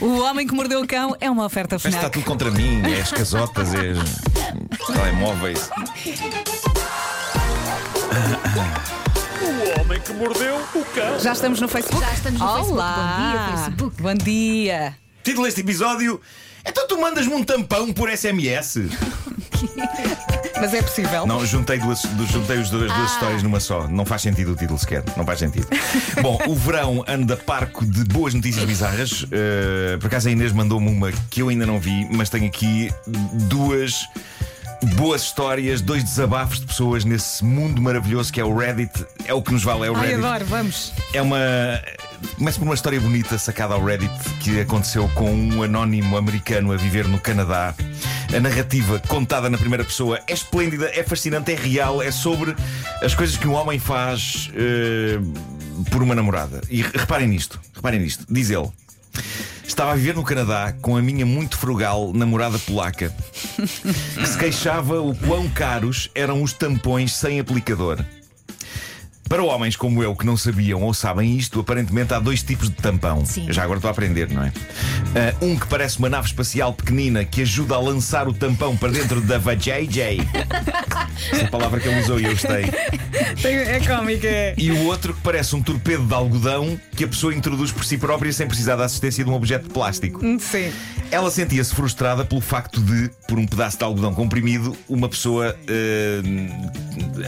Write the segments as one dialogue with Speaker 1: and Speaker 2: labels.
Speaker 1: O Homem que Mordeu o Cão é uma oferta
Speaker 2: Mas está
Speaker 1: FNAC.
Speaker 2: tudo contra mim, é as casotas, é os telemóveis.
Speaker 3: O homem que mordeu o cão.
Speaker 1: Já estamos no Facebook?
Speaker 4: Já estamos no
Speaker 1: Olá.
Speaker 4: Facebook.
Speaker 1: Bom dia,
Speaker 2: Título deste episódio: Então tu mandas-me um tampão por SMS.
Speaker 1: Facebook. Mas é possível.
Speaker 2: Não, juntei, duas, du- juntei os dois,
Speaker 1: Ah.
Speaker 2: duas histórias numa só. Não faz sentido o título sequer. Não faz sentido. Bom, o verão anda parco de boas notícias bizarras. Uh, por acaso a Inês mandou-me uma que eu ainda não vi, mas tenho aqui duas. Boas histórias, dois desabafos de pessoas nesse mundo maravilhoso que é o Reddit. É o que nos vale, é o
Speaker 1: Ai,
Speaker 2: Reddit.
Speaker 1: adoro, vamos.
Speaker 2: É uma. Começa por uma história bonita sacada ao Reddit que aconteceu com um anónimo americano a viver no Canadá. A narrativa contada na primeira pessoa é esplêndida, é fascinante, é real, é sobre as coisas que um homem faz eh, por uma namorada. E reparem nisto, reparem nisto. Diz ele: Estava a viver no Canadá com a minha muito frugal namorada polaca que se queixava o quão caros eram os tampões sem aplicador. Para homens como eu que não sabiam ou sabem isto, aparentemente há dois tipos de tampão.
Speaker 4: Sim.
Speaker 2: Já agora estou a aprender, não é? Ah, um que parece uma nave espacial pequenina que ajuda a lançar o tampão para dentro da vajayjay. Essa palavra que ele usou e eu gostei.
Speaker 1: É cómica.
Speaker 2: E o outro que parece um torpedo de algodão que a pessoa introduz por si própria sem precisar da assistência de um objeto de plástico.
Speaker 1: Sim.
Speaker 2: Ela sentia-se frustrada pelo facto de, por um pedaço de algodão comprimido, uma pessoa. eh,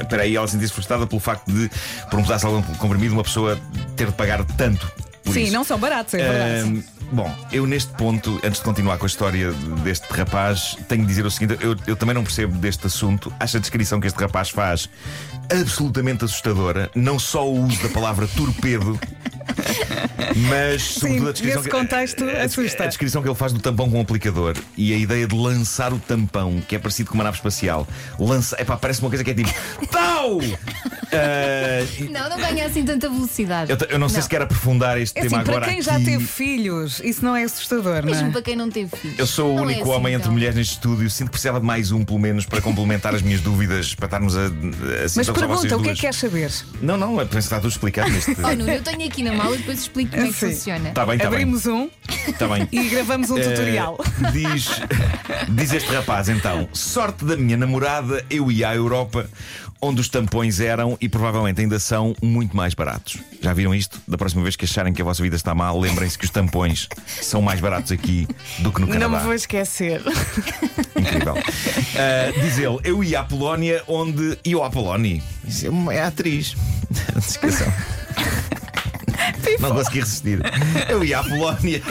Speaker 2: Espera aí, ela sentia-se frustrada pelo facto de, por um pedaço de algodão comprimido, uma pessoa ter de pagar tanto. Por
Speaker 1: Sim,
Speaker 2: isso.
Speaker 1: não são baratos, é verdade.
Speaker 2: Ahm, Bom, eu neste ponto, antes de continuar com a história deste rapaz, tenho de dizer o seguinte: eu, eu também não percebo deste assunto. Acho a descrição que este rapaz faz absolutamente assustadora. Não só o uso da palavra torpedo, mas sobretudo a descrição.
Speaker 1: nesse
Speaker 2: que-
Speaker 1: contexto,
Speaker 2: a- a-
Speaker 1: assusta.
Speaker 2: A descrição que ele faz do tampão com o aplicador e a ideia de lançar o tampão, que é parecido com uma nave espacial. Lança, epá, parece uma coisa que é tipo. Tau! Ah,
Speaker 4: Não, não ganha assim tanta velocidade.
Speaker 2: eu, te- eu não sei se quero aprofundar este
Speaker 1: É
Speaker 2: tema
Speaker 1: assim,
Speaker 2: agora.
Speaker 1: para quem já
Speaker 2: aqui.
Speaker 1: teve filhos, isso não é assustador, não
Speaker 4: Mesmo
Speaker 1: é?
Speaker 4: para quem não teve filhos.
Speaker 2: Eu sou o
Speaker 4: Não é
Speaker 2: único
Speaker 4: assim
Speaker 2: homem entre
Speaker 4: tão-
Speaker 2: mulheres neste estúdio. Sinto que precisava de mais um, pelo menos, para complementar as minhas dúvidas, para estarmos a. a assim,
Speaker 1: Mas
Speaker 2: só vocês
Speaker 1: pergunta, o que é
Speaker 2: duas.
Speaker 1: que queres saber?
Speaker 2: Não, não, é para está tudo explicado neste.
Speaker 4: Oh, Nuno, eu tenho aqui na mala e depois explico como é que
Speaker 1: Sim.
Speaker 4: funciona.
Speaker 2: Está bem, está bem.
Speaker 1: Abrimos um
Speaker 2: Está bem.
Speaker 1: e gravamos um tutorial.
Speaker 2: Eh, diz, diz este rapaz então: sorte da minha namorada, eu ia à Europa, onde os tampões eram e provavelmente ainda são muito mais baratos. Já viram isto? Da próxima vez que acharem que a vossa vida está mal, lembrem-se que os tampões são mais baratos aqui do que no Canadá.
Speaker 1: Não me vou esquecer.
Speaker 2: Incrível. Ah, diz ele, eu ia à Polónia onde. Eu à Polónia. Isso é uma é atriz. Descrição. Não consegui resistir. Eu ia à Polónia.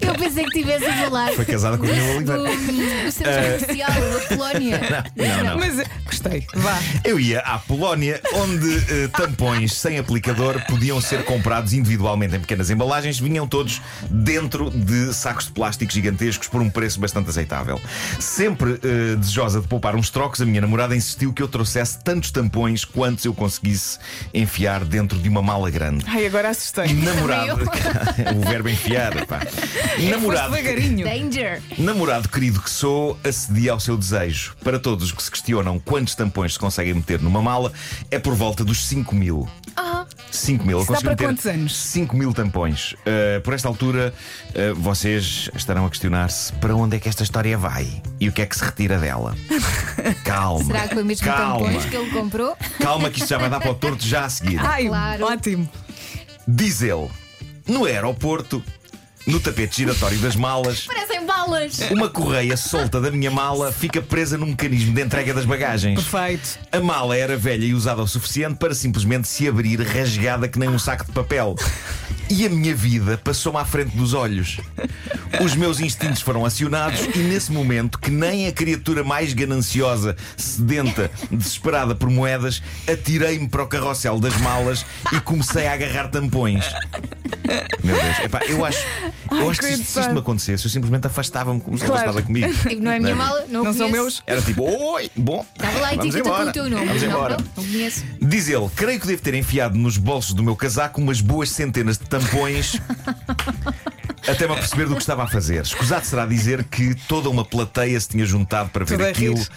Speaker 4: Eu pensei que tivesse a falar
Speaker 2: Foi casada com o Daniel
Speaker 4: do,
Speaker 2: Oliveira. Eh.
Speaker 4: do centro comercial da Polónia.
Speaker 2: Não, não.
Speaker 1: Mas eh, gostei, vá.
Speaker 2: Eu ia à Polónia, onde eh, tampões sem aplicador podiam ser comprados individualmente em pequenas embalagens, vinham todos dentro de sacos de plástico gigantescos por um preço bastante aceitável. Sempre eh, desejosa de poupar uns trocos, a minha namorada insistiu que eu trouxesse tantos tampões quantos eu conseguisse enfiar dentro de uma mala grande.
Speaker 1: Ai, agora assustei.
Speaker 2: Namorado, o verbo enfiar, pá.
Speaker 1: É Foste
Speaker 2: Namorado,
Speaker 1: devagarinho.
Speaker 4: Danger.
Speaker 2: Namorado querido que sou, acedi ao seu desejo. Para todos os que se questionam quantos tampões se conseguem meter numa mala, é por volta dos 5 mil.
Speaker 4: Ah,
Speaker 2: 5 mil, eu
Speaker 1: Isso dá
Speaker 2: consigo
Speaker 1: para
Speaker 2: meter
Speaker 1: quantos anos?
Speaker 2: 5 mil tampões. Uh, por esta altura, uh, vocês estarão a questionar-se para onde é que esta história vai e o que é que se retira dela. Calma.
Speaker 4: será que foi mesmo
Speaker 2: calma,
Speaker 4: tampões Ah. que ele comprou?
Speaker 2: Calma, que isto já vai dar para o torto já a seguir.
Speaker 1: Ai,
Speaker 4: Claro.
Speaker 1: ótimo.
Speaker 2: Diz ele, no aeroporto, no tapete giratório das malas.
Speaker 4: Parecem balas.
Speaker 2: Uma correia solta da minha mala fica presa num mecanismo de entrega das bagagens.
Speaker 1: Perfeito.
Speaker 2: A mala era velha e usada o suficiente para simplesmente se abrir rasgada que nem um saco de papel. E a minha vida passou-me à frente dos olhos. Os meus instintos foram acionados e nesse momento que nem a criatura mais gananciosa, sedenta, desesperada por moedas, atirei-me para o carrossel das malas e comecei a agarrar tampões. Meu Deus, Epá, eu acho, eu acho que se, se isto me acontecesse, eu simplesmente afastava-me como se
Speaker 1: Claro.
Speaker 2: afastava comigo.
Speaker 4: Tipo, não é a minha mala, não,
Speaker 1: Não
Speaker 4: conheço.
Speaker 1: são meus?
Speaker 2: Era tipo, oi, bom.
Speaker 4: Estava lá e
Speaker 2: vamos
Speaker 4: etiqueta com
Speaker 2: embora,
Speaker 4: o teu nome.
Speaker 2: Vamos
Speaker 4: não, é?
Speaker 2: embora.
Speaker 4: não, não conheço.
Speaker 2: Diz ele, creio que devo ter enfiado nos bolsos do meu casaco umas boas centenas de tampões até me aperceber do que estava a fazer. Escusado será dizer que toda uma plateia se tinha juntado para ver
Speaker 1: Tudo a
Speaker 2: aquilo
Speaker 1: rir.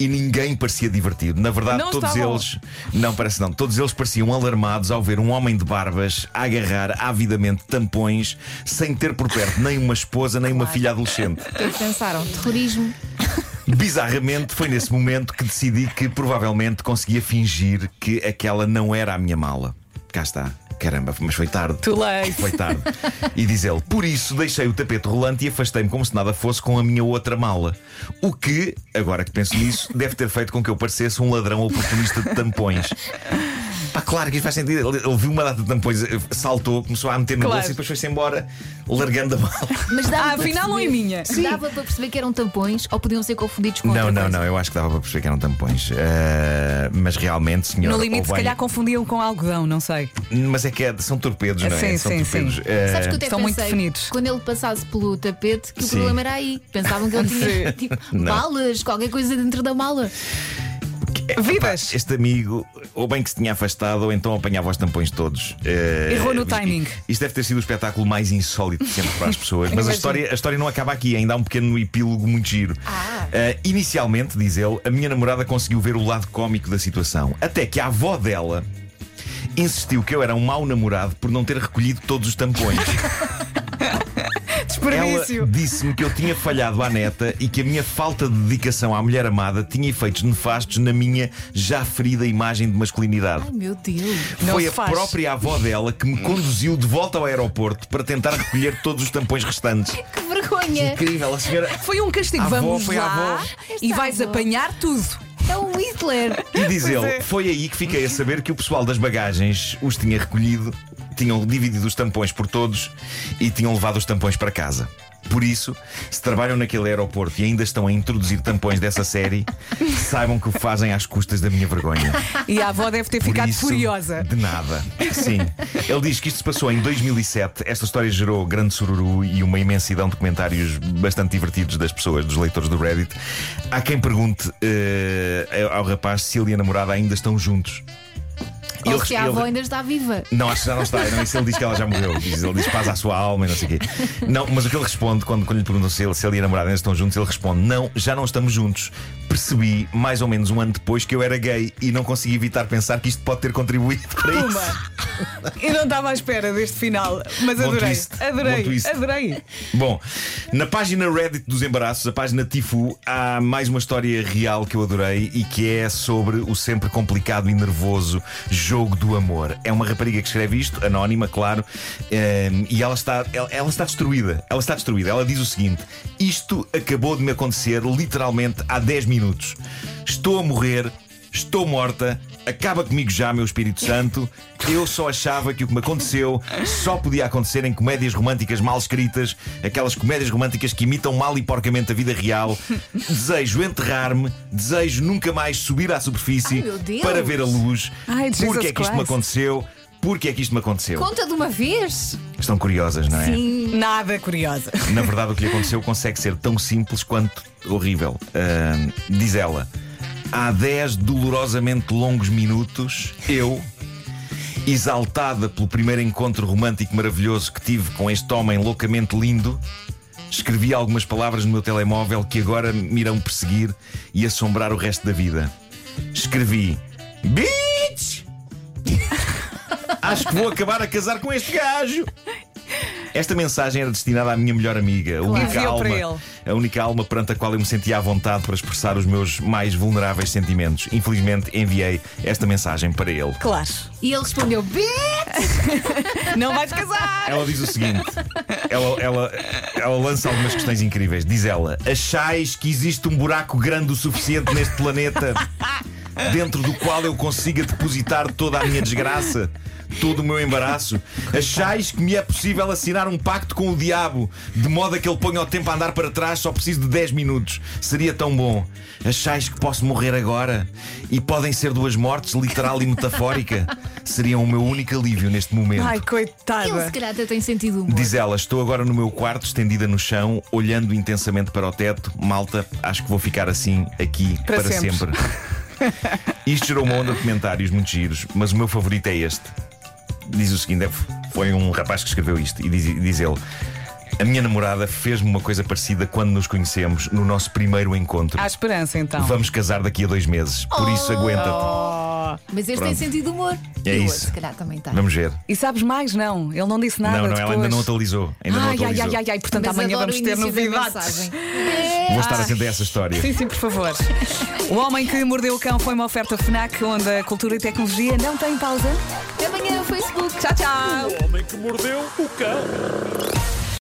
Speaker 2: e ninguém parecia divertido. Na verdade,
Speaker 1: Não
Speaker 2: todos
Speaker 1: estavam.
Speaker 2: eles. Não, parece não. Todos eles pareciam alarmados ao ver um homem de barbas a agarrar avidamente tampões sem ter por perto nem uma esposa nem uma filha adolescente.
Speaker 1: Pensaram.
Speaker 4: Terrorismo.
Speaker 2: Bizarramente, foi nesse momento que decidi que provavelmente conseguia fingir que aquela não era a minha mala. Cá está. Caramba, mas foi tarde.
Speaker 1: Too late.
Speaker 2: Foi tarde. E diz ele: Por isso deixei o tapete rolante e afastei-me como se nada fosse com a minha outra mala. O que, agora que penso nisso, deve ter feito com que eu parecesse um ladrão oportunista de tampões. Pá, claro que isto faz sentido. Ele, ele viu uma data de tampões, eh, saltou, começou a meter no
Speaker 1: Claro.
Speaker 2: bolso e depois foi-se embora, largando a mala.
Speaker 4: Mas
Speaker 1: Ah,
Speaker 4: dava para
Speaker 1: afinal não é
Speaker 4: perceber-
Speaker 1: minha. Sim.
Speaker 4: Dava para perceber que eram tampões ou podiam ser confundidos com
Speaker 2: Não,
Speaker 4: outra
Speaker 2: não,
Speaker 4: coisa.
Speaker 2: não, eu acho que dava para perceber que eram tampões. Eh, mas realmente, senhor.
Speaker 1: No limite, se calhar confundiam com algodão, não sei.
Speaker 2: Mas é que é- são torpedos, não é?
Speaker 1: Sim,
Speaker 2: são
Speaker 1: sim,
Speaker 2: torpedos.
Speaker 1: sim.
Speaker 2: Eh,
Speaker 4: Sabes que eu até
Speaker 1: Estão
Speaker 4: pensei,
Speaker 1: muito definidos.
Speaker 4: Quando ele passasse pelo tapete, que o
Speaker 2: Sim.
Speaker 4: problema era aí. Pensavam que ele tinha tipo, malas, qualquer coisa dentro da mala.
Speaker 1: Vidas!
Speaker 2: Este amigo, ou bem que se tinha afastado, ou então apanhava os tampões todos. Eh,
Speaker 1: Errou no
Speaker 2: isto-
Speaker 1: timing.
Speaker 2: Isto deve ter sido o espetáculo mais insólito de sempre para as pessoas. Mas a
Speaker 1: Imagino.
Speaker 2: história, a história não acaba aqui, ainda há um pequeno epílogo muito giro.
Speaker 1: Ah.
Speaker 2: Eh, inicialmente, diz ele, a minha namorada conseguiu ver o lado cómico da situação. Até que a avó dela insistiu que eu era um mau namorado por não ter recolhido todos os tampões. Ela
Speaker 1: Desperdício!
Speaker 2: disse-me que eu tinha falhado à neta e que a minha falta de dedicação à mulher amada tinha efeitos nefastos na minha já ferida imagem de masculinidade.
Speaker 4: Ai Oh, meu Deus.
Speaker 1: Não
Speaker 2: Foi
Speaker 1: se
Speaker 2: a
Speaker 1: faz.
Speaker 2: própria avó dela que me conduziu de volta ao aeroporto para tentar recolher todos os tampões restantes.
Speaker 4: Que vergonha.
Speaker 2: Incrível, a senhora.
Speaker 1: Foi um castigo.
Speaker 2: A avó,
Speaker 1: Vamos
Speaker 2: foi a
Speaker 1: lá
Speaker 2: avó.
Speaker 1: e vais
Speaker 4: Esta avó.
Speaker 1: apanhar tudo.
Speaker 4: É um Hitler.
Speaker 2: E diz
Speaker 1: Pois
Speaker 2: ele,
Speaker 1: é.
Speaker 2: foi aí que fiquei a saber que o pessoal das bagagens os tinha recolhido, tinham dividido os tampões por todos e tinham levado os tampões para casa. Por isso, se trabalham naquele aeroporto e ainda estão a introduzir tampões dessa série, saibam que o fazem às custas da minha vergonha.
Speaker 1: E a avó deve ter
Speaker 2: Por
Speaker 1: ficado
Speaker 2: isso,
Speaker 1: furiosa.
Speaker 2: De nada. Sim. Ele diz que isto se passou em 2007. Esta história gerou grande sururu e uma imensidão de comentários bastante divertidos das pessoas, dos leitores do Reddit. Há quem pergunte eh, ao rapaz se ele e a namorada ainda estão juntos. E
Speaker 4: Ou
Speaker 2: ele-
Speaker 4: se a avó
Speaker 2: ele-
Speaker 4: ainda está viva.
Speaker 2: não, acho que já não está. Não, isso ele diz que ela já morreu. Diz- ele diz paz à sua alma e não sei o quê. Não, mas o que ele responde quando, quando lhe perguntam se ele, se ele e a namorada ainda estão juntos, ele responde: Não, já não estamos juntos. Percebi, mais ou menos um ano depois, que eu era gay e não consegui evitar pensar que isto pode ter contribuído para isso.
Speaker 1: Puma! Eu não estava à espera deste final, mas
Speaker 2: Bom
Speaker 1: adorei.
Speaker 2: twist. Bom
Speaker 1: Adorei,
Speaker 2: twist.
Speaker 1: adorei.
Speaker 2: Bom, na página Reddit dos embaraços, a página Tifu, há mais uma história real que eu adorei e que é sobre o sempre complicado e nervoso jogo do amor. É uma rapariga que escreve isto, anónima, claro, ehm, e ela está, ela, ela está destruída. Ela está destruída. Ela diz o seguinte: Isto acabou de me acontecer literalmente há 10 minutos. Estou a morrer. Estou morta, acaba comigo já, meu Espírito Santo. Eu só achava que o que me aconteceu só podia acontecer em comédias românticas mal escritas, aquelas comédias românticas que imitam mal e porcamente a vida real. Desejo enterrar-me, desejo nunca mais subir à superfície
Speaker 4: Ai, meu Deus.
Speaker 2: para ver a luz.
Speaker 1: Ai, Jesus
Speaker 2: Porque é que isto me
Speaker 1: Christ.
Speaker 2: aconteceu? Porque é que isto me aconteceu?
Speaker 4: Conta de uma vez.
Speaker 2: Estão curiosas, não é?
Speaker 4: Sim.
Speaker 1: Nada curiosa.
Speaker 2: Na verdade, o que lhe aconteceu consegue ser tão simples quanto horrível. Ahm, diz ela: há 10 dolorosamente longos minutos, eu, exaltada pelo primeiro encontro romântico maravilhoso que tive com este homem loucamente lindo, escrevi algumas palavras no meu telemóvel que agora me irão perseguir e assombrar o resto da vida. Escrevi: Bitch! Acho que vou acabar a casar com este gajo. Esta mensagem era destinada à minha melhor amiga, a única,
Speaker 1: Enviou para
Speaker 2: alma, a única alma perante a qual eu me sentia à vontade para expressar os meus mais vulneráveis sentimentos. Infelizmente, enviei esta mensagem para ele.
Speaker 1: Claro.
Speaker 4: E ele respondeu: Bê!
Speaker 1: Não vais casar!
Speaker 2: Ela diz o seguinte: ela, ela, ela lança algumas questões incríveis. Diz ela: Achais que existe um buraco grande o suficiente neste planeta dentro do qual eu consiga depositar toda a minha desgraça? Todo o meu embaraço? Achais que me é possível assinar um pacto com o diabo de modo a que ele ponha o tempo a andar para trás? Só preciso de 10 minutos. Seria tão bom. Achais que posso morrer agora? E podem ser duas mortes, literal e metafórica? Seriam o meu único alívio neste momento.
Speaker 1: Ai,
Speaker 4: Ele se
Speaker 1: coitada.
Speaker 4: calhar até tem sentido humor.
Speaker 2: Diz ela, estou agora no meu quarto, estendida no chão, olhando intensamente para o teto. Malta, acho que vou ficar assim, aqui,
Speaker 1: Para
Speaker 2: para,
Speaker 1: sempre.
Speaker 2: sempre. Isto gerou uma onda de comentários muito giros, mas o meu favorito é este. Diz o seguinte: é- foi um rapaz que escreveu isto, e diz, diz ele: A minha namorada fez-me uma coisa parecida quando nos conhecemos no nosso primeiro encontro.
Speaker 1: Há esperança então.
Speaker 2: Vamos casar daqui a dois meses, por isso
Speaker 4: Oh.
Speaker 2: aguenta-te.
Speaker 1: Oh.
Speaker 4: Mas este tem
Speaker 2: Pronto.
Speaker 4: sentido de humor.
Speaker 2: É
Speaker 4: e o
Speaker 2: isso.
Speaker 4: outro, se calhar, também tem.
Speaker 2: Vamos ver.
Speaker 1: E sabes mais? Não, ele não disse nada.
Speaker 2: não, não,
Speaker 1: depois.
Speaker 2: ela ainda não atualizou. Ainda não
Speaker 1: ai, ai,
Speaker 2: atualizou.
Speaker 1: ai, ai, ai, portanto
Speaker 4: Mas
Speaker 1: amanhã
Speaker 4: adoro
Speaker 1: vamos
Speaker 4: o
Speaker 1: ter
Speaker 4: início da
Speaker 1: novidades.
Speaker 4: mensagem.
Speaker 2: Vou estar atento a essa história.
Speaker 1: Sim, sim, por favor. O Homem que Mordeu o Cão foi uma oferta FNAC, onde a cultura e tecnologia não têm pausa.
Speaker 4: Até amanhã no é Facebook.
Speaker 1: Tchau, tchau.
Speaker 3: O homem que mordeu o cão.